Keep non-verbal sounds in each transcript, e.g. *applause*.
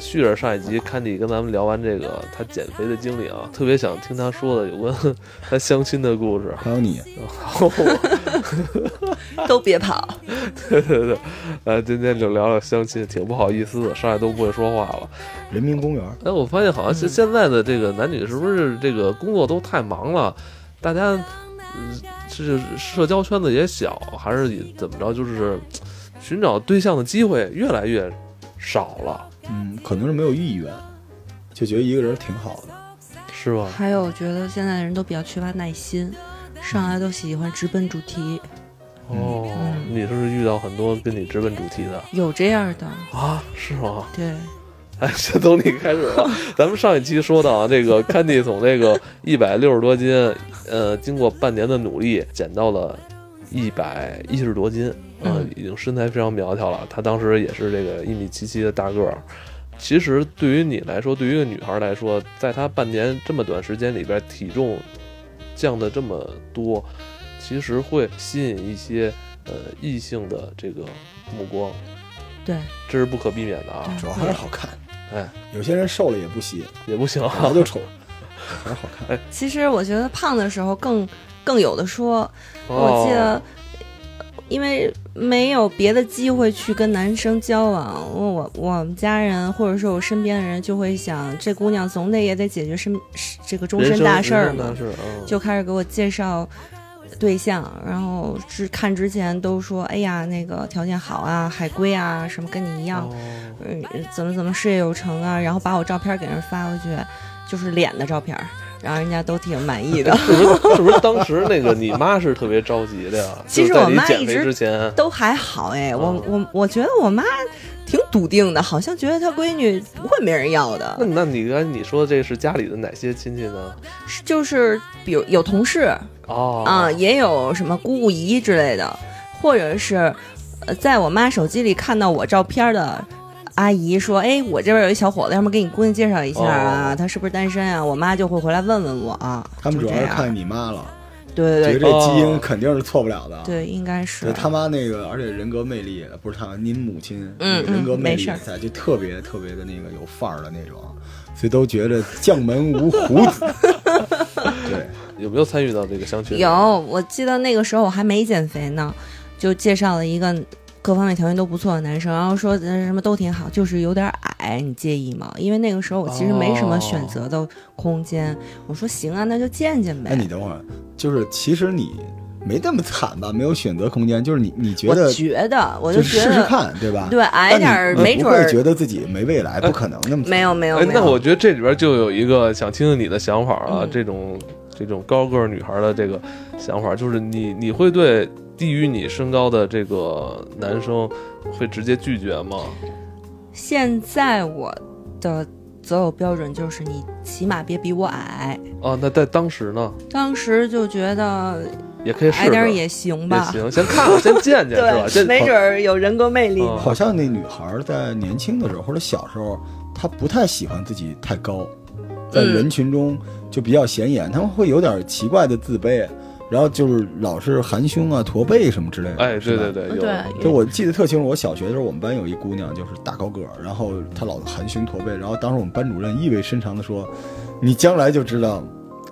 续着上一集坎迪跟咱们聊完这个他减肥的经历啊，特别想听他说的有关 *laughs* 他相亲的故事。还有你， *laughs* 都别跑， *laughs* 对对对，呃，今天就聊聊相亲，挺不好意思的，上来都不会说话了。人民公园，哎，我发现好像现现在的这个男女是不是这个工作都太忙了，大家，嗯，是社交圈子也小，还是以怎么着，就是寻找对象的机会越来越少了，嗯，可能是没有意愿，就觉得一个人挺好的。是吧？还有，我觉得现在的人都比较缺乏耐心，上来都喜欢直奔主题，哦，你是不是遇到很多跟你直奔主题的有这样的，啊？是吗？对，哎， *laughs* 先从你开始吧。 *laughs* 咱们上一期说到啊，这个 *laughs* Candy 从这个一百六十多斤，呃，经过半年的努力，减到了一百一十多斤，呃嗯已经身材非常苗条了。她当时也是这个一米七七的大个儿。其实对于你来说，对于一个女孩来说，在她半年这么短时间里边，体重降的这么多，其实会吸引一些呃异性的这个目光，对，这是不可避免的啊。主要还是好看，哎，有些人瘦了也不吸引，也不行啊，长得就丑，还是好看。其实我觉得胖的时候更更有的说，哦 *laughs* 我记得，因为没有别的机会去跟男生交往，我我我们家人或者是我身边的人就会想，这姑娘总得也得解决身这个终人身生大事儿嘛人生大，事儿嗯就开始给我介绍对象，然后之看之前都说，哎呀，那个条件好啊，海归啊，什么跟你一样，哦嗯，怎么怎么事业有成啊，然后把我照片给人发过去，就是脸的照片，然后人家都挺满 *laughs* 意的。是不是是不是当时那个你妈是特别着急的 *laughs* 呀？其实就是在我你妈减一肥直之前，都还好哎，我哦我我觉得我妈挺笃定的，好像觉得她闺女不会没人要那的，那你刚才你说这是家里的哪些亲戚呢？是就是比如有同事哦啊、也有什么姑姑姨之类的，或者是呃在我妈手机里看到我照片的。阿姨说：“哎，我这边有一小伙子，要么给你姑娘介绍一下啊，哦他是不是单身啊？”我妈就会回来问问我啊。哦他们主就要这是样看你妈了，对觉 *laughs* 对得对这基哦因肯定是错不了的。对，应该是就他妈那个，而且人格魅力不是他妈，您母亲嗯那个人格魅没力事儿在，就特别特别的那个有范儿的那种，所以都觉得将门无虎 *laughs* 子。对，有没有参与到这个相亲？有，我记得那个时候我还没减肥呢，就介绍了一个各方面条件都不错的男生，然后说呃什么都挺好，就是有点矮，你介意吗？因为那个时候我其实没什么选择的空间，我说行啊，那就见见那呗。你等会儿，就是其实你没那么惨吧？没有选择空间，就是你你觉我得觉得，我就觉试得，试看，对吧？对，矮但点儿你你没准不会儿觉得自己没未来，不呃可能那么惨没有没有哎，没那有。我觉得这里边就有一个想听听你的想法啊，嗯这种这种高个儿女孩的这个想法，就是你你会对低于你身高的这个男生会直接拒绝吗？现在我的择偶标准就是你起码别比我矮。啊，那在当时呢，当时就觉得也可以试矮试，点儿也行也吧。行，先看看，先见 *laughs* 见是吧？先没准儿有人格魅力。嗯 *laughs* 好像那女孩儿在年轻的时候或者小时候，她不太喜欢自己太高，在嗯人群中就比较显眼，她们会有点奇怪的自卑，然后就是老是含胸啊、驼背什么之类的。哎，对是吧对。对，有对就我记得特清楚，我小学的时候，我们班有一姑娘就是大高个儿，然后她老含胸驼背，然后当时我们班主任意味深长地说：“你将来就知道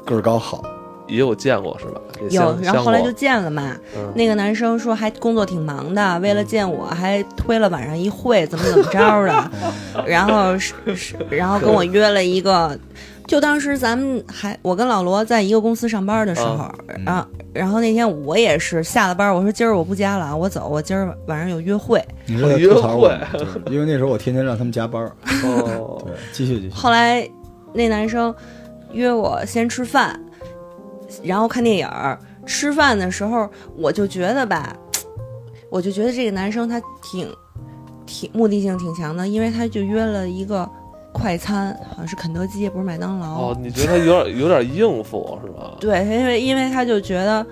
个儿高 *laughs* 好。也有见过是吧？也有，相然后后来就见了嘛。嗯那个男生说还工作挺忙的，为了见我还推了晚上一会，怎么怎么着的。嗯然后是是，然后跟我约了一个，就当时咱们还我跟老罗在一个公司上班的时候，然后然后那天我也是下了班，我说今儿我不加了啊，我走，我今儿晚上有约会。”你哎是在吐槽我吗，就是因为那时候我天天让他们加班儿。哦 *laughs* 对，继续继续。后来那男生约我先吃饭，然后看电影儿。吃饭的时候，我就觉得吧，我就觉得这个男生他挺挺目的性挺强的，因为他就约了一个快餐，好像是肯德基，也不是麦当劳。哦，你觉得他有点有点应付是吧？对，因为因为他就觉得，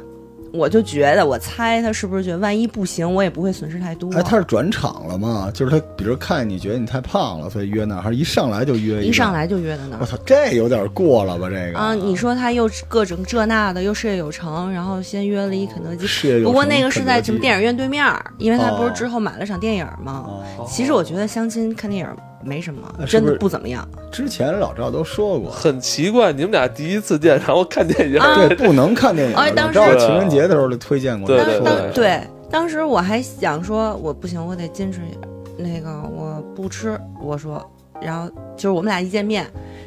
我就觉得，我猜他是不是觉得万一不行，我也不会损失太多。哎，他是转场了吗？就是他，比如看你觉得你太胖了，所以约那儿，还是一上来就约一上来？来就约的那儿我。操，这有点过了吧？这个啊，你说他又各种这那的，又事业有成，然后先约了一肯德基，事业有不过成那个是在什么电肯影院对面儿，因为他不哦是之后买了场电影儿吗？德基？哦其实我觉得相亲看电影儿没什么那，是真不的是不怎么样。之前老赵都说过，很奇怪，你们俩第一次见，然后看电影，啊对，不能看电影。哎老当赵时情人节的时候就推荐过，对说对当当的对，当时我还想说，我不行，我得矜持，那个我不吃。我说，然后就是我们俩一见面，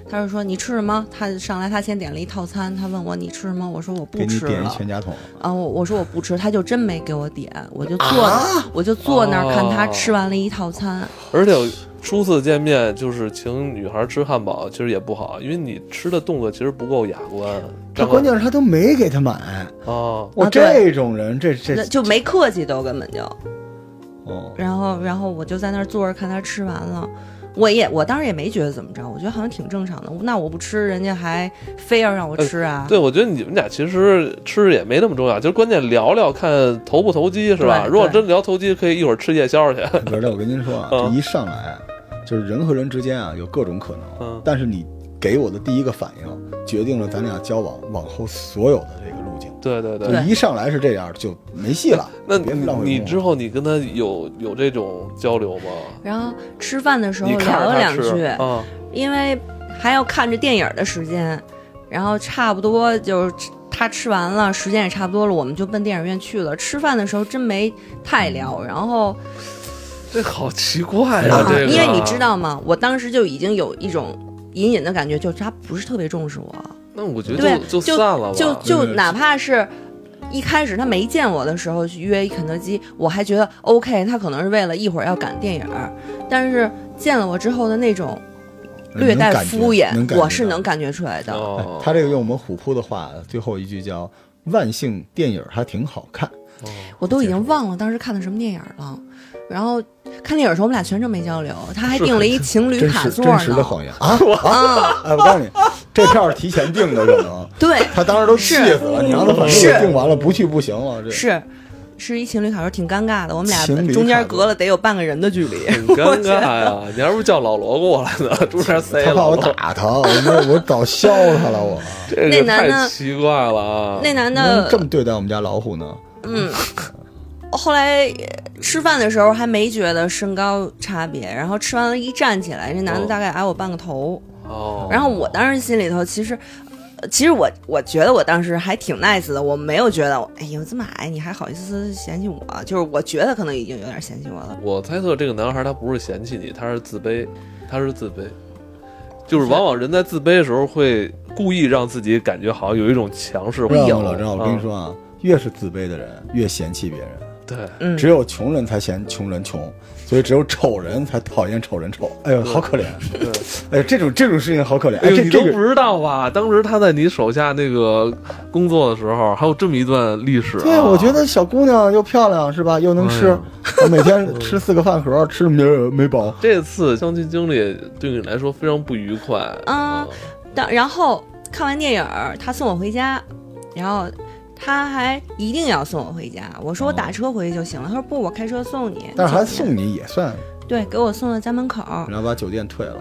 他就说你吃什么？他上来他先点了一套餐，他问我你吃什么？我说我不给你吃点一了。全家桶。啊，我我说我不吃，他就真没给我点，我啊就坐那儿、我就坐那儿看他哦吃完了一套餐。而且初次见面就是请女孩吃汉堡，其实也不好，因为你吃的动作其实不够雅观。他关键是他都没给他买，啊，我啊对这种人，这那这就没客气都根本就，哦，然后然后我就在那儿坐着看他吃完了，我也我当时也没觉得怎么着，我觉得好像挺正常的。那我不吃，人家还非要让我呃吃啊？对，我觉得你们俩其实吃也没那么重要，就是关键聊聊看投不投机是吧？对如果对真聊投机，可以一会儿吃夜宵去。不是，我跟您说啊，嗯这一上来就是人和人之间啊有各种可能，嗯但是你给我的第一个反应决定了咱俩交往往后所有的这个路径。对对对。就一上来是这样就没戏了，那别你浪费你功夫之后你跟他有有这种交流吗？然后吃饭的时候你看聊着了他两吃句，啊，因为还要看着电影的时间，然后差不多就是他吃完了，时间也差不多了，我们就奔电影院去了。吃饭的时候真没太聊，然后这好奇怪啊呀、嗯这个因为你知，道吗？我当时就已经有一种隐隐的感觉，就是他不是特别重视我，那我觉对得就就散了吧。嗯就就对对哪怕是。一开始他没见我的时候去约一肯德基，我还觉得 OK，他可能是为了一会儿要赶电影儿，但是见了我之后的那种略带能感觉敷衍能，感觉我是到能感觉出来的。*laughs* 哎哦，他这个用我们虎扑的话，最后一句叫“万幸电影还挺好看哦我都已经忘了当时看的什么电影了。然后看电影的时候，我们俩全程没交流，他还订了一情”，侣真卡实座真实的呢。谎言 *laughs* 啊！啊，哎，我告诉你，这票是提前订的，可能对，他当时都气死了。是你让他反是正订完了不去不行了，这是是一情侣卡座，挺尴尬的。我们俩情侣中卡间座隔了得有半个人的距离，很尴尬啊呀、你还不如叫老罗过来呢，中间塞他怕老我罗，打他，我我我早削他了，我这那个男太的奇怪了啊！ *laughs* 那男能这的么对待我们家老虎呢？后来呃吃饭的时候还没觉得身高差别，然后吃完了一站起来，这男的哦大概矮我半个头。哦，然后我当时心里头其实。呃其实我我觉得我当时还挺 nice 的，我没有觉得，哎呦这么矮你还好意思嫌弃我，就是我觉得可能已经有点嫌弃我了。我猜测这个男孩他不是嫌弃你，他是自卑，他是自卑，就是往往人在自卑的时候会故意让自己感觉好像有一种强势不或者要老赵，我嗯跟你，说啊，越是自卑的人越嫌弃别人，啊对，嗯，只有穷人才嫌穷人穷，所以只有丑人才讨厌丑人丑。哎呦，好可怜！对，哎呦，这种这种事情好可怜。 *laughs* 哎哎，呦，这你这都个不知道吧？当时他在你手下那个工作的时候，还有这么一段历史、啊。嗯对，我觉得小姑娘又漂亮是吧？又能吃，我每天吃四个饭盒，吃没没饱。这次相亲经历对你来说非常不愉快。啊但然后看完电影儿，他送我回家，然后他还一定要送我回家。我说我打车回去就行了，他说不，我开车送你。但是还你走吧送你也算，对，给我送到家门口儿，然后把酒店退了。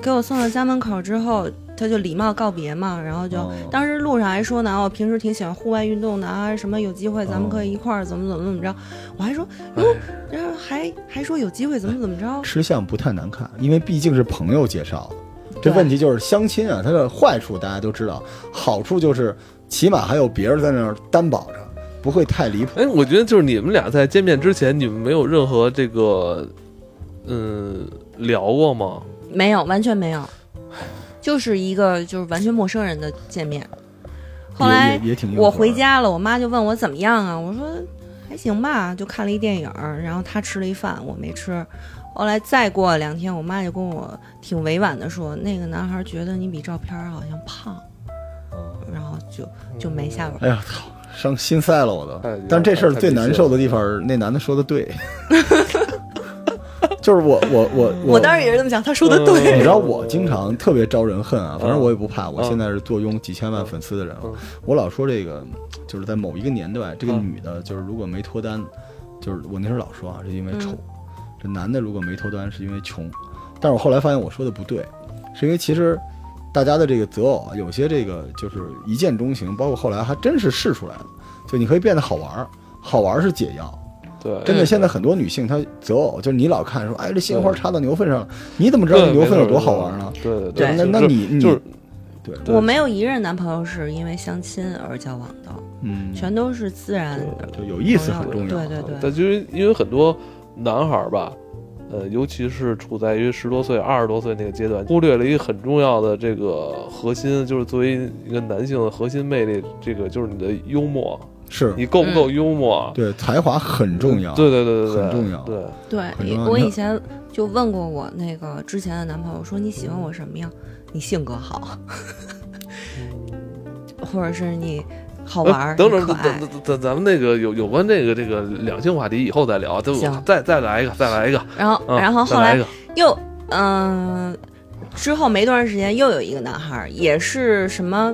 给我送到家门口儿之后，他就礼貌告别嘛，然后就、哦当时路上还说呢，啊我平时挺喜欢户外运动的啊，什么有机会咱们哦可以一块儿怎么怎么怎么着，我还说哎哟，然后还还说有机会怎么怎么着，吃相不太难看，因为毕竟是朋友介绍的。这对问题就是相亲啊，它的坏处大家都知道，好处就是起码还有别人在那儿担保着，不会太离谱。哎，我觉得就是你们俩在见面之前，你们没有任何这个，嗯，聊过吗？ *laughs* 没有，完全没有，就是一个就是完全陌生人的见面。后也来也也挺。我回，家了，我妈就问我怎么样啊，我说还行吧，就看了一电影儿，然后她吃了一饭，我没吃。后来再过两天，我妈就跟我挺委婉的说，那个男孩觉得你比照片儿好像胖，哦然后就就没下文。哎呀操，伤心塞了我都哎有点。但这事儿太最悲难切受的地方儿，那男的说的对， *laughs* 就是我我我我当时也是这么想，他说的嗯 *laughs* 对，你知道我经常特别招人恨啊，反正我也不怕，我嗯现在是坐拥几千万粉丝的人嗯，我老说这个，就是在某一个年代，这个嗯女的，就是如果没脱单，就是我那时候老说啊，是因为丑嗯；这男的如果没脱单，是因为穷。但是我后来发现我说的不对，是因为其实大家的这个择偶啊，有些这个就是一见钟情，包括后来还真是试出来的，就你可以变得好玩儿，好玩儿是解药。对，真的，对现在很多女性她择偶，就是你老看说，哎，这鲜嗯花插到牛粪上了，你怎么知道牛粪有多好玩呢？？对对对那对，那就你你就是对，嗯对我没有一任男朋友是因为相亲而交往的，嗯，全都是自然对就有意思很重要。对对对但就是因为很多男孩儿吧，呃，尤其是处在于十多岁、二十多岁那个阶段，忽略了一个很重要的这个核心，就是作为一个男性的核心魅力，这个就是你的幽默，是你够不嗯够幽默？啊对才华很重要。对对对对对，啊很重要对，对很重要啊我你看以前就问过我那个之前的男朋友，说你喜欢我什么样？你性格好，或者是你好玩儿、呃等你等可等爱。等等，咱们那个有有关这个这个两性话题以后再聊，再行再再来一个，再来一个，然后，嗯然后后再来来一个，又嗯、之后没多长时间又有一个男孩儿，也是什么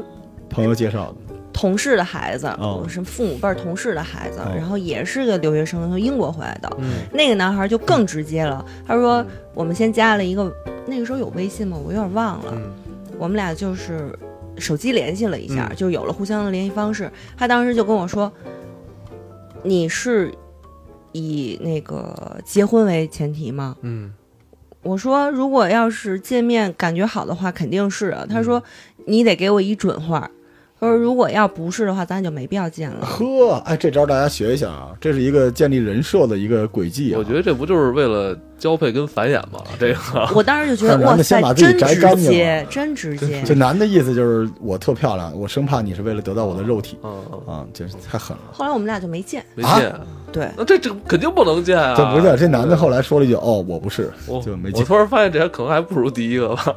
朋友介绍的，同事的孩子，哦什么父母辈儿同事的孩子，哦然后也是个留学生，从英国回来的。嗯，那个男孩儿就更直接了，他说我们先加了一个，那个时候有微信吗？我有点忘了。嗯我们俩就是手机联系了一下，嗯就有了互相的联系方式。他当时就跟我说：“你是以那个结婚为前提吗嗯，？”我说：“如果要是见面感觉好的话，肯定是啊。”他嗯说：“你得给我一准话。”他说：“如果要不是的话，咱就没必要见了。 *laughs* 呵，哎，这招大家学一下啊，这是一个建立人设的一个轨迹、啊。我觉得这不就是为了交配跟繁衍吗？这个”我当时就觉得让哇男的塞先把，自己真摘干直净接，真直接。这男的意思就是我特漂亮，我生怕你是为了得到我的肉体嗯，嗯啊，这太狠了。后来我们俩就没见，没啊见。对，那这这肯定不能见啊！这不是这男的后来说了一句哦，我不是，我就没我见。突然发现这可能还不如第一个 *laughs* 吧。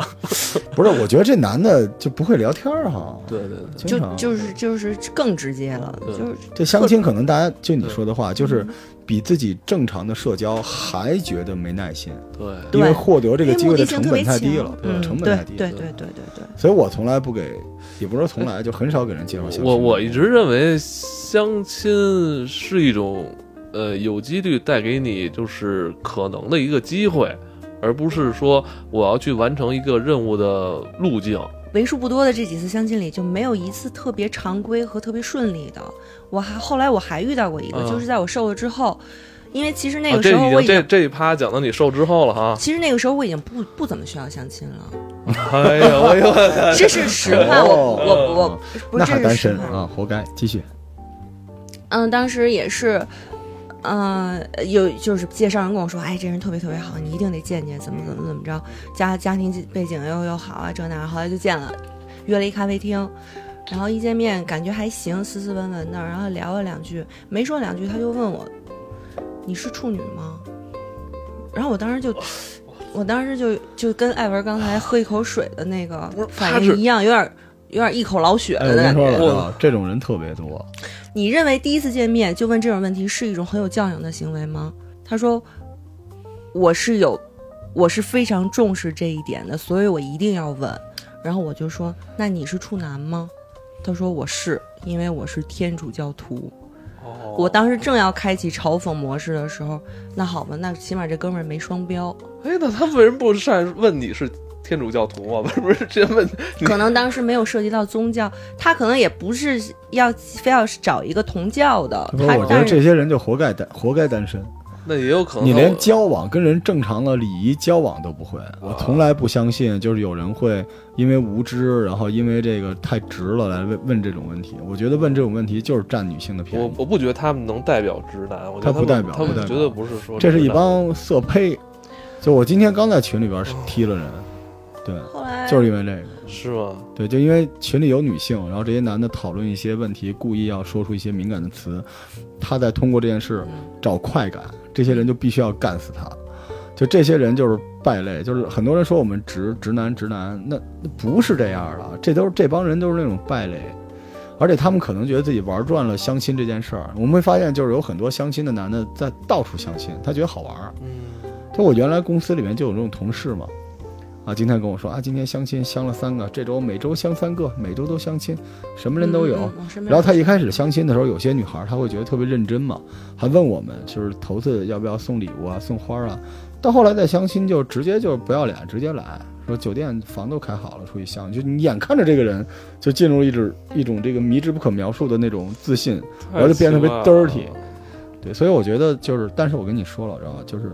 不是，我觉得这男的就不会聊天儿哈。对对对，经就常啊就是就是更直接了，嗯对就是这相亲可能大家就你说的话，就是嗯比自己正常的社交还觉得没耐心，对，因对为获得这因个为机目会的的性成特本别太强，低了，嗯，成对本太低。对对对对对，所以我从来不给，也不是说从来，就很少给人哦介绍相亲。我我一直认为相亲是一种，呃，有几率带给你就是可能的一个机会，而不是说我要去完成一个任务的路径。为数不多的这几次相亲里，就没有一次特别常规和特别顺利的。我还后来我还遇到过一个，嗯就是在我瘦了之后，因为其实那哦啊个时候这我已已经经，。这这一趴讲到你瘦之后了哈 *laughs* 其实那个时候我已经不不怎么需要相亲了，哎呀，我又这是实话。我我嗯我不呃哦那是还这单是实身话。啊，活该。继续，嗯，当时也是，嗯、有就是介绍人跟我说，哎，这人特别特别好，你一定得见见，怎么怎么怎么着，家家庭背景又又好啊，这那，后来就见了，约了一咖啡厅，然后一见面感觉还行，斯斯文文的，然后聊了两句，没说两句他就问我，你是处女吗？然后我当时就。我当时就就跟艾文刚才喝一口水的那个不是他反是应一样，有点有点一口老血哎，的我跟感你觉。说老师我啊，这种人特别多。你认为第一次见面就问这种问题是一种很有教养的行为吗？他说，我是有，我是非常重视这一点的，所以我一定要问。然后我就说，那你是处男吗？他说我是，因为我是天主教徒。哦我当时正要开启嘲讽模式的时候，那好吧，那起码这哥们儿没双标，哎，那他为什么不善问你是天主教徒啊？不是直接问你可能当时没有涉及到宗教，他可能也不是要非要找一个同教的，不是，他我觉得但是这些人就活该单，活该单身。那也有可能你连交往跟人正常的礼仪交往都不会，啊我从来不相信，就是有人会因为无知，然后因为这个太直了来问问这种问题。我觉得问这种问题就是占女性的便我宜，我不觉得他们能代表直男，我觉得他不们代表他不代们表绝对不是说这是直一男帮色胚。就我今天刚在群里哦边踢了人，对，后来就是因为这个，是吗？对，就因为群里有女性，然后这些男的讨论一些问题，故意要说出一些敏感的词，他在通过这件事找快感，这些人就必须要干死他。就这些人就是败类，就是很多人说我们直直男直男，那那不是这样的，啊这都是这帮人都是那种败类，而且他们可能觉得自己玩转了相亲这件事儿。我们会发现，就是有很多相亲的男的在到处相亲，他觉得好玩儿。嗯，就我原来公司里面就有这种同事嘛，啊，今天跟我说啊，今天相亲相了三个，这周每周相三个，每周都相亲，什么人都有。嗯嗯我身边然后他一开始相亲的时候，有些女孩儿她会觉得特别认真嘛，还问我们就是头次要不要送礼物啊，送花儿啊。到后来再相亲就直接就不要脸，直接来说酒店房都开好了，出去相。就你眼看着这个人就进入一种一种这个迷之不可描述的那种自信，然后就变得特别太奇怪了 dirty 对，所以我觉得就是，但是我跟你说了，知道吧？就是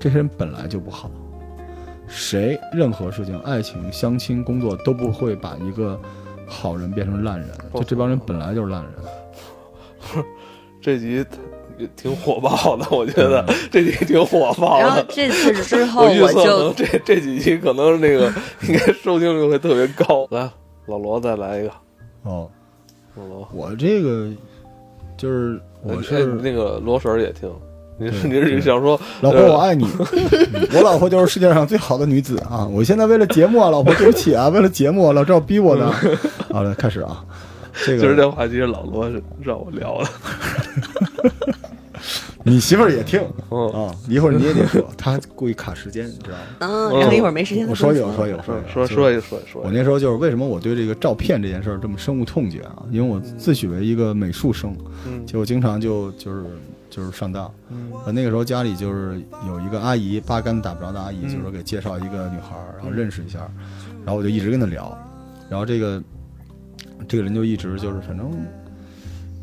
这些人本来就不好，谁任何事情，爱情、相亲、工作都不会把一个好人变成烂人，就这帮人本来就是烂人。这集也挺火爆的，我觉得嗯 *laughs* 这集挺火爆然后的。这次之后 *laughs* 我预我测可能就这这几集可能那个应该收听率会特别高。 *laughs* 来，老罗再来一个，哦，老罗，我这个就是我哎是那个罗婶儿也听，您是对您是对想说老婆，我 *laughs* 爱你。嗯我老婆就是世界上最好的女子啊！我现在为了节目啊，老婆对不起啊，为了节目啊老赵逼我的。好了，开 *laughs* 始啊，这今儿个这话题嗯是老罗是让我聊的，你媳妇儿也听嗯，啊，一会儿你也得说，她故意卡时间，你知道吗？嗯，然后一会儿没时间再我说一跟个，你我说一个，我说一个嗯说就是说一说一说我一，那时候就是为什么我对这个照片这件事儿这么深恶痛绝啊？因为我自诩为一个美术生，嗯就经常就就是就是上当。嗯呃，那个时候家里就是有一个阿姨，八竿子打不着的阿姨，嗯就是给介绍一个女孩儿，然后认识一下儿，然后我就一直跟她聊，然后这个这个人就一直就是，反正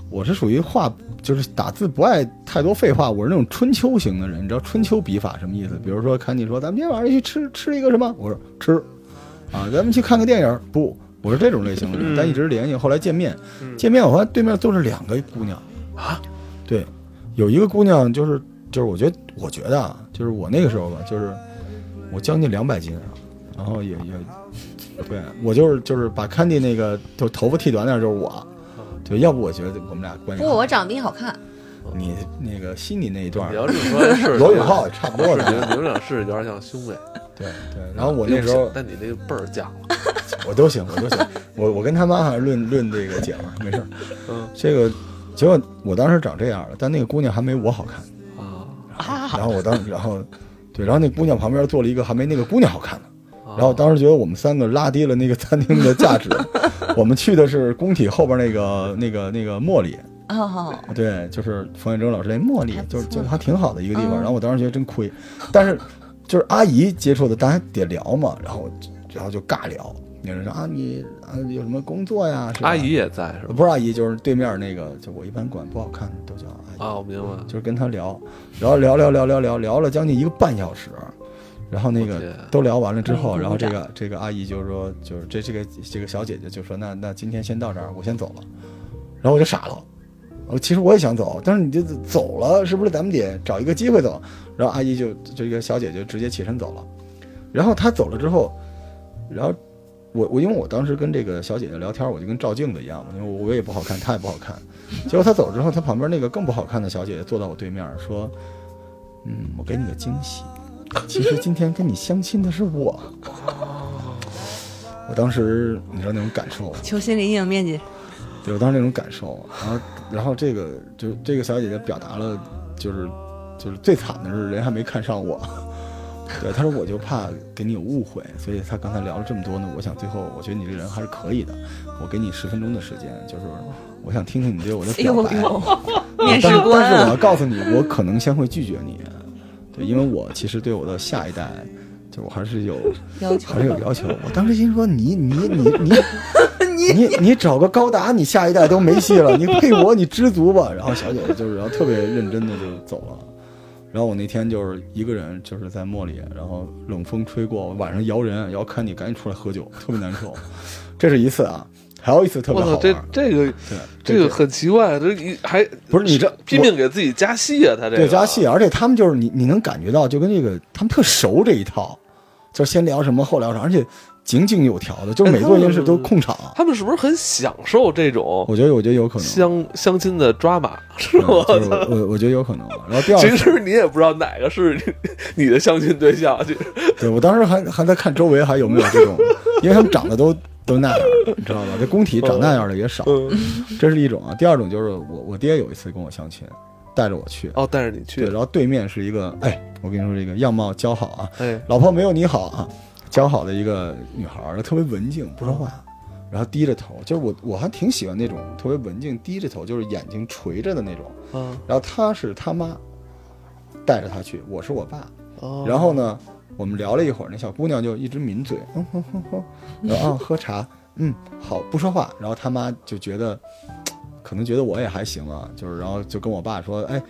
我是属于话就是打字不爱太多废话，我是那种春秋型的人，你知道春秋笔法什么意思？比如说看你说咱们今天晚上去吃吃一个什么，我说吃，啊，咱们去看个电影儿，不，我是这种类型的人，嗯但一直联系，后来见面，嗯见面我发现对面都是两个姑娘啊，对，有一个姑娘就是就是我觉得我觉得啊，就是我那个时候吧，就是我将近两百斤啊，然后也也对我就是就是把 Candy 那个就头发剃短点儿就是我，对，要不我觉得我们俩关系不过我长得比你好看，你那个悉尼那一段你儿要这么说是 *laughs* 罗永浩也差不多是你们了，你们俩是有点像兄妹，对对，然后我那时候但你那个倍儿犟，我都行，我 *laughs* 都行，我我跟他妈还论论这个姐们儿，没事儿，嗯这个结果我当时长这样了，但那个姑娘还没我好看。啊然后我当，然后，对，然后那姑娘旁边坐了一个还没那个姑娘好看的。啊哦然后我当时觉得我们三个拉低了那个餐厅的价值。 *laughs* 我们去的是工体后边那个那个那个茉莉，哦，对，就是冯远征老师那茉莉还，不就是错就是还挺好的一个地方。嗯然后我当时觉得真亏，但是就是阿姨接触的，大家得聊嘛，然后然后就尬聊。有人说啊，你啊有什么工作呀？是吧阿姨也在是吧？不是阿姨，就是对面那个，就我一般管不好看的都叫阿姨。啊，我明白了，就是跟他聊，然后聊聊聊聊聊聊了将近一个半小时，然后那我个天都聊完了之后，哎然后这鼓个这个阿姨就说，就是这这个这个小姐姐就说，那那今天先到这儿，我先走了，然后我就傻了。我其实我也想走，但是你这走了，是不是咱们得找一个机会走？然后阿姨就这个小姐就直接起身走了。然后她走了之后，然后我我因为我当时跟这个小姐姐聊天，我就跟照镜子一样嘛，因为我我也不好看，她也不好看。结果她走之后，她旁边那个更不好看的小姐姐坐到我对面说：“嗯，我给你个惊喜，其实今天跟你相亲的是我。”我当时你知道那种感受，求心理阴影面积，对我当时那种感受，然后然后这个就这个小姐姐表达了，就是就是最惨的是人还没看上我，对，她说我就怕给你有误会，所以她刚才聊了这么多呢，我想最后我觉得你这人还是可以的，我给你十分钟的时间，就是我想听听你对我的哎表呦白。呦，面但嗯是试但官是我啊要，告诉你，我可能先会拒绝你，对，因为我其实对我的下一代，就我还是有要求还是有要求。我当时心说你你你你 *laughs* 你你你找个高达，你下一代都没戏了，你配我你知足吧。然后小姐姐就是然后特别认真的就走了。然后我那天就是一个人，就是在茉莉，然后冷风吹过，晚上摇人，然后看你赶紧出来喝酒，特别难受。这是一次啊，还有一次特我别好操，玩。这这个对这个很奇怪，这一还不是你这拼命给自己加戏啊，他这个对加戏，，而且他们就是你你能感觉到，就跟这个他们特熟这一套，就是先聊什么后聊什么，而且井井有条的，就是每做一件事都控场。哎他们是不是很享受这种我觉得，我觉得有可能，相相亲的抓 *laughs* 马？是嗯吗？就是我我我觉得有可能。然后第二其次，实你也不知道哪个是你你的相亲对象，就是对我当时还还在看周围还有没有这种，因为他们长得都都那样，你知道吧？这工体长那样的也少，嗯这是一种啊。第二种就是我我爹有一次跟我相亲，带着我去，哦，带着你去，对，然后对面是一个，哎，我跟你说这个样貌姣好啊，哎，老婆没有你好啊，姣好的一个女孩儿，特别文静，不说话，然后低着头，就是我我还挺喜欢那种特别文静低着头，就是眼睛垂着的那种。嗯，然后她是她妈带着她去，我是我爸。哦然后呢，我们聊了一会儿，那小姑娘就一直抿嘴，嗯哼哼哼，然后啊喝茶，嗯好不说话。然后她妈就觉得，可能觉得我也还行啊，就是然后就跟我爸说，哎，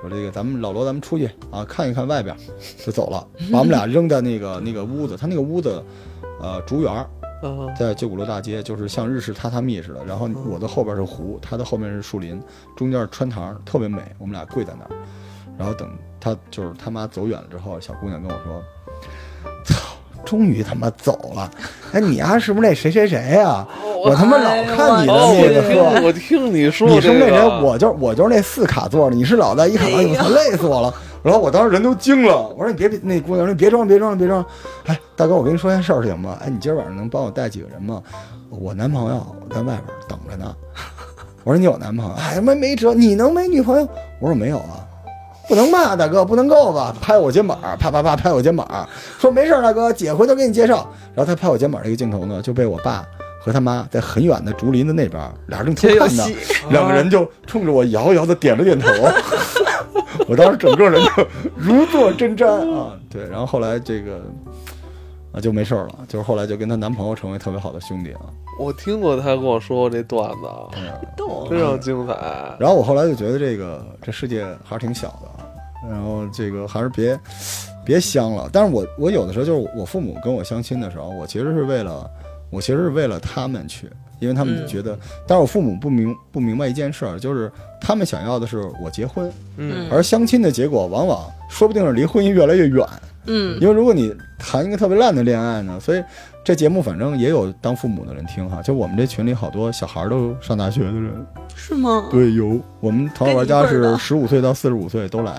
说这个咱们老罗，咱们出去啊看一看外边，就走了，把我们俩扔在那个那个屋子，他那个屋子，呃，竹园儿啊，在旧鼓楼大街，就是像日式榻榻米似的。然后我的后边是湖，他的后面是树林，中间是穿堂，特别美。我们俩跪在那儿，然后等他就是他妈走远了之后，小姑娘跟我说：“操，终于他妈走了！哎，你丫、是不是那谁谁谁呀、我他妈老看你的哦，那我个听课。我听你说你是这那个，人，我就是我就是那四卡座的，你是老大一卡，哎哎呦呦，操累死我了。然后我当时人都惊了，我说你别那姑娘说你别装了别装了别装了，哎，大哥，我跟你说件事儿行吗？哎，你今儿晚上能帮我带几个人吗？我男朋友在外边等着呢。我说你有男朋友？哎，他妈没辙，你能没女朋友？我说没有啊。不能吧，大哥，不能够吧？拍我肩膀，啪啪啪拍我肩膀，说没事儿，大哥，姐回头给你介绍。然后他拍我肩膀这个镜头呢，就被我爸和他妈在很远的竹林子那边，俩人正哎偷看呢啊这有，两个人就冲着我摇摇的点了点头。 *laughs* 我当时整个人就如坐针毡啊，对。然后后来这个啊就没事儿了，就是后来就跟她男朋友成为特别好的兄弟啊。我听过他跟我说过这段子啊，逗非常精彩。然后我后来就觉得这个这世界还是挺小的啊，然后这个还是别别香了。但是我我有的时候就是我父母跟我相亲的时候，我其实是为了我其实是为了他们去，因为他们嗯觉得，但是我父母不明不明白一件事儿，就是他们想要的是我结婚，嗯而相亲的结果往往说不定是离婚姻越来越远。嗯，因为如果你谈一个特别烂的恋爱呢，所以这节目反正也有当父母的人听哈，就我们这群里好多小孩儿都上大学的人，是吗？对，有我们淘宝玩家嗯跟你一辈儿是的十五岁到四十五岁都来，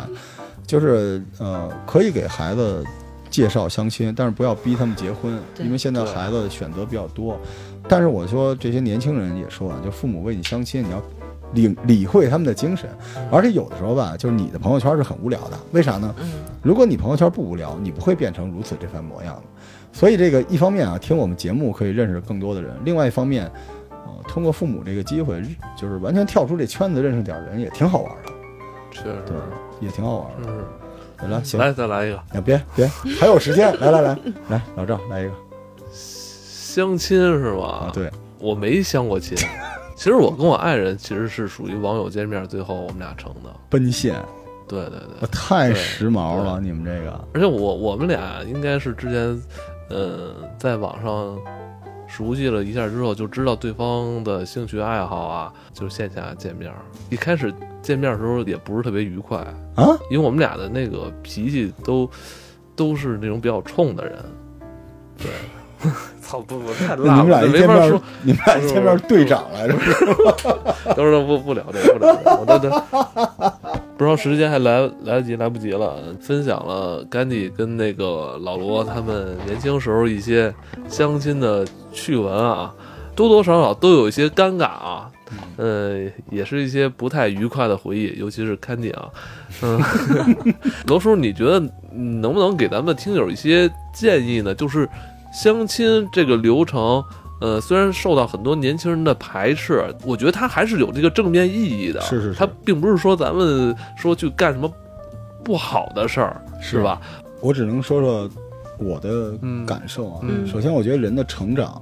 就是呃，可以给孩子介绍相亲，但是不要逼他们结婚，对因为现在对孩子选择比较多。但是我说这些年轻人也说啊，就父母为你相亲，你要理理会他们的精神，而且有的时候吧，就是你的朋友圈是很无聊的，为啥呢？嗯，如果你朋友圈不无聊，你不会变成如此这番模样的。所以这个一方面啊，听我们节目可以认识更多的人；另外一方面，呃，通过父母这个机会，就是完全跳出这圈子，认识点人也挺好玩的，确实对，也挺好玩的。嗯，对来，行，来再来一个。啊别别，还有 *laughs* 时间，来来来来，老赵来一个相亲是吧？啊，，对，我没相过 *laughs* 亲。其实我跟我爱人其实是属于网友见面，最后我们俩成的。奔现，对对我对，太时髦了，你们这个，而且我我们俩应该是之前，呃，在网上熟悉了一下之后，就知道对方的兴趣爱好啊，就是线下见面。一开始见面的时候也不是特别愉快，啊，因为我们俩的那个脾气都都是那种比较冲的人。对， *laughs* 操不不太那你辣们了，俩这一没见法说面。，你们俩一 *laughs* 见面队长来着，当时不不聊这个，不聊这个，我真的不知道时间还来来得及来不及了。分享了甘地跟那个老罗他们年轻时候一些相亲的趣闻啊，多多少少都有一些尴尬啊，呃，也是一些不太愉快的回忆，尤其是甘地啊，嗯， *laughs* 罗叔，你觉得嗯能不能给咱们听友一些建议呢？就是相亲这个流程。呃，虽然受到很多年轻人的排斥，我觉得它还是有这个正面意义的。是是是它并不是说咱们说去干什么不好的事儿，是吧？我只能说说我的感受啊。嗯嗯首先，我觉得人的成长，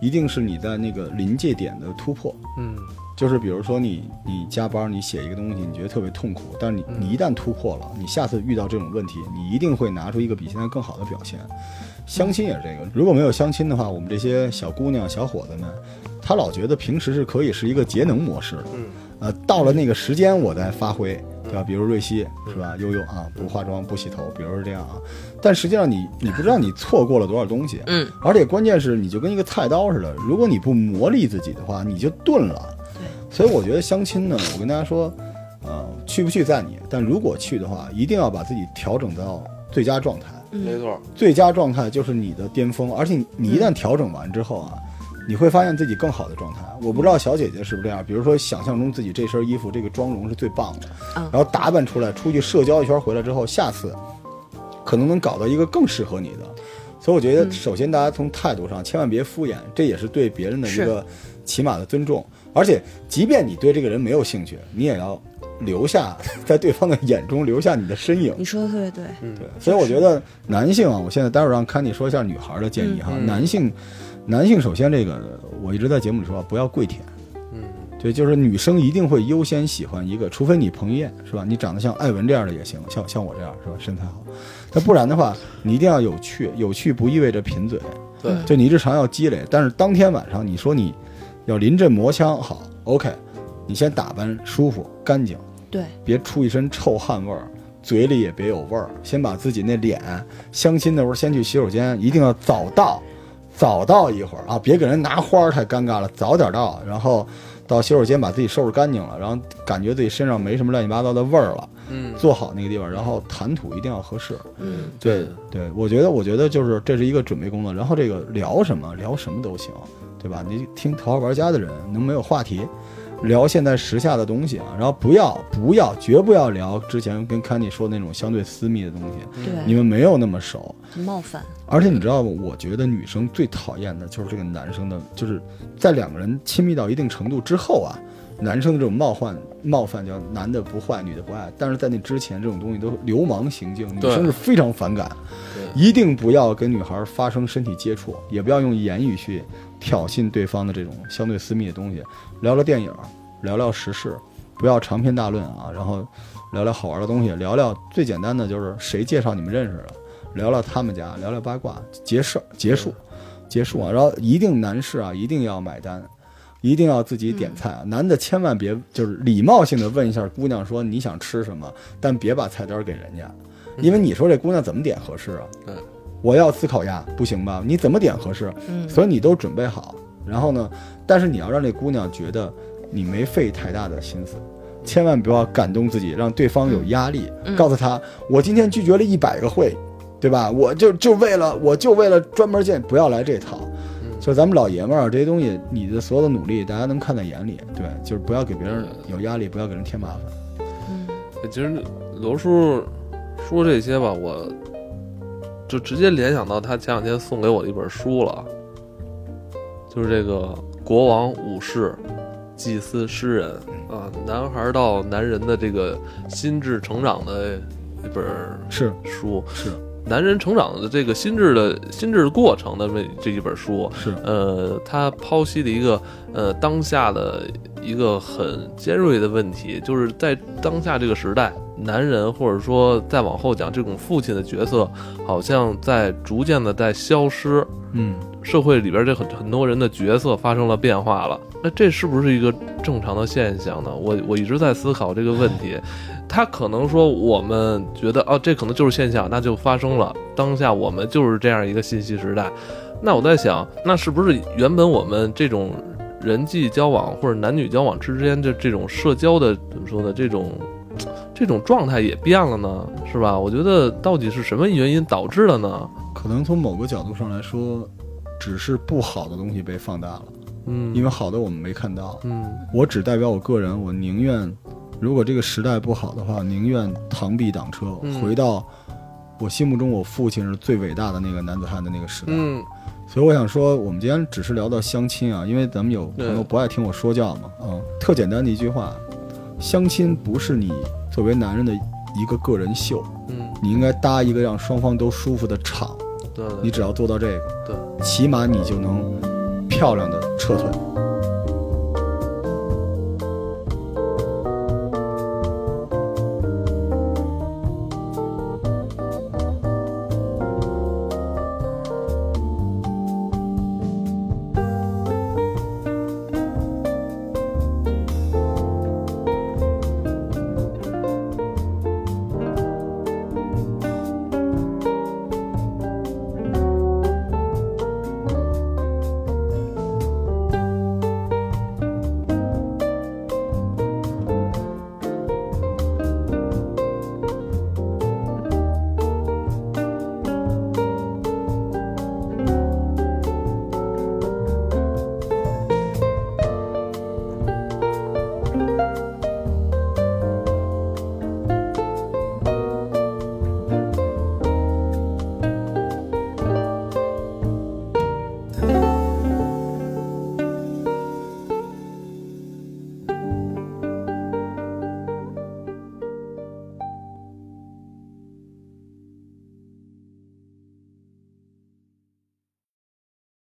一定是你在那个临界点的突破。嗯就是比如说你你加班，你写一个东西，你觉得特别痛苦，但是你嗯你一旦突破了，你下次遇到这种问题，你一定会拿出一个比现在更好的表现。相亲也是这个，如果没有相亲的话，我们这些小姑娘、小伙子们，他老觉得平时是可以是一个节能模式的，嗯呃，到了那个时间我再发挥，对吧？比如瑞希嗯是吧？悠悠啊，不化妆不洗头，比如是这样啊。但实际上你你不知道你错过了多少东西，嗯，而且关键是你就跟一个菜刀似的，如果你不磨砺自己的话，你就钝了。对所以我觉得相亲呢，我跟大家说，呃，去不去在你，但如果去的话，一定要把自己调整到最佳状态。没嗯，错，最佳状态就是你的巅峰，而且你一旦调整完之后啊，你会发现自己更好的状态。我不知道小姐姐是不是这样，比如说想象中自己这身衣服、这个妆容是最棒的，嗯然后打扮出来，出去社交一圈回来之后，下次可能能搞到一个更适合你的。所以我觉得，嗯首先大家从态度上千万别敷衍，这也是对别人的一是个起码的尊重。而且，即便你对这个人没有兴趣，你也要留下在对方的眼中留下你的身影。你说的特别对，对，所以我觉得男性啊，我现在待会儿让康妮说一下女孩的建议哈。嗯男性，男性首先这个，我一直在节目里说啊，不要跪舔，嗯，对，就是女生一定会优先喜欢一个，除非你彭于晏是吧？你长得像艾文这样的也行，像像我这样是吧？身材好，那不然的话，你一定要有趣，有趣不意味着贫嘴，对，嗯就你日常要积累。但是当天晚上你说你要临阵磨枪，好，OK，你先打扮舒服干净，对，别出一身臭汗味儿，嘴里也别有味儿，先把自己那脸相亲的时候先去洗手间，一定要早到，早到一会儿啊，别给人拿花儿太尴尬了，早点到，然后到洗手间把自己收拾干净了，然后感觉自己身上没什么乱七八糟的味儿了，嗯，坐好那个地方，然后谈吐一定要合适。嗯，对，对，我觉得，我觉得就是这是一个准备工作，然后这个聊什么聊什么都行，对吧？你听《头号玩家》的人能没有话题，聊现在时下的东西啊，然后不要不要绝不要聊之前跟康妮说的那种相对私密的东西，嗯对，你们没有那么熟。冒犯，而且你知道吗？我觉得女生最讨厌的就是这个男生的，就是在两个人亲密到一定程度之后啊，男生的这种冒犯冒犯叫男的不坏，女的不爱。但是在那之前，这种东西都是流氓行径，女对生是非常反感。对一定不要跟女孩发生身体接触，也不要用言语去挑衅对方的这种相对私密的东西。聊聊电影，聊聊时事，不要长篇大论啊。然后聊聊好玩的东西，聊聊最简单的就是谁介绍你们认识的，聊聊他们家，聊聊八卦，结事儿结束，结束啊。然后一定男士啊，一定要买单。一定要自己点菜啊！男的千万别就是礼貌性的问一下姑娘说你想吃什么，但别把菜单给人家，因为你说这姑娘怎么点合适啊？对，我要吃烤鸭，不行吧？你怎么点合适？嗯，所以你都准备好，然后呢，但是你要让这姑娘觉得你没费太大的心思，千万不要感动自己，让对方有压力。嗯告诉她，我今天拒绝了一百个会，对吧？我就就为了我就为了专门见，不要来这套。就咱们老爷们儿这些东西，你的所有的努力，大家能看在眼里。对，就是不要给别人有压力，不要给人添麻烦。嗯哎其实罗叔说这些吧，我就直接联想到他前两天送给我的一本书了，啊就是这个《国王、武士、祭司、诗人》啊，男孩到男人的这个心智成长的一本是书，是男人成长的这个心智的心智过程的这这一本书，是，呃，他剖析了一个呃当下的一个很尖锐的问题，就是在当下这个时代，男人或者说再往后讲，这种父亲的角色好像在逐渐的在消失，嗯，社会里边这很很多人的角色发生了变化了，那这是不是一个正常的现象呢？我我一直在思考这个问题。他可能说我们觉得哦，这可能就是现象，那就发生了。当下我们就是这样一个信息时代。那我在想，那是不是原本我们这种人际交往或者男女交往之间的这种社交的怎么说呢？这种这种状态也变了呢，是吧？我觉得到底是什么原因导致的呢？可能从某个角度上来说，只是不好的东西被放大了，嗯，因为好的我们没看到。嗯我只代表我个人，我宁愿，如果这个时代不好的话，宁愿螳臂挡车，嗯回到我心目中我父亲是最伟大的那个男子汉的那个时代。嗯，所以我想说，我们今天只是聊到相亲啊，因为咱们有朋友对不爱听我说教嘛，啊、特简单的一句话，相亲不是你作为男人的一个个人秀，嗯，你应该搭一个让双方都舒服的场。对，你只要做到这个，对，起码你就能漂亮的撤退。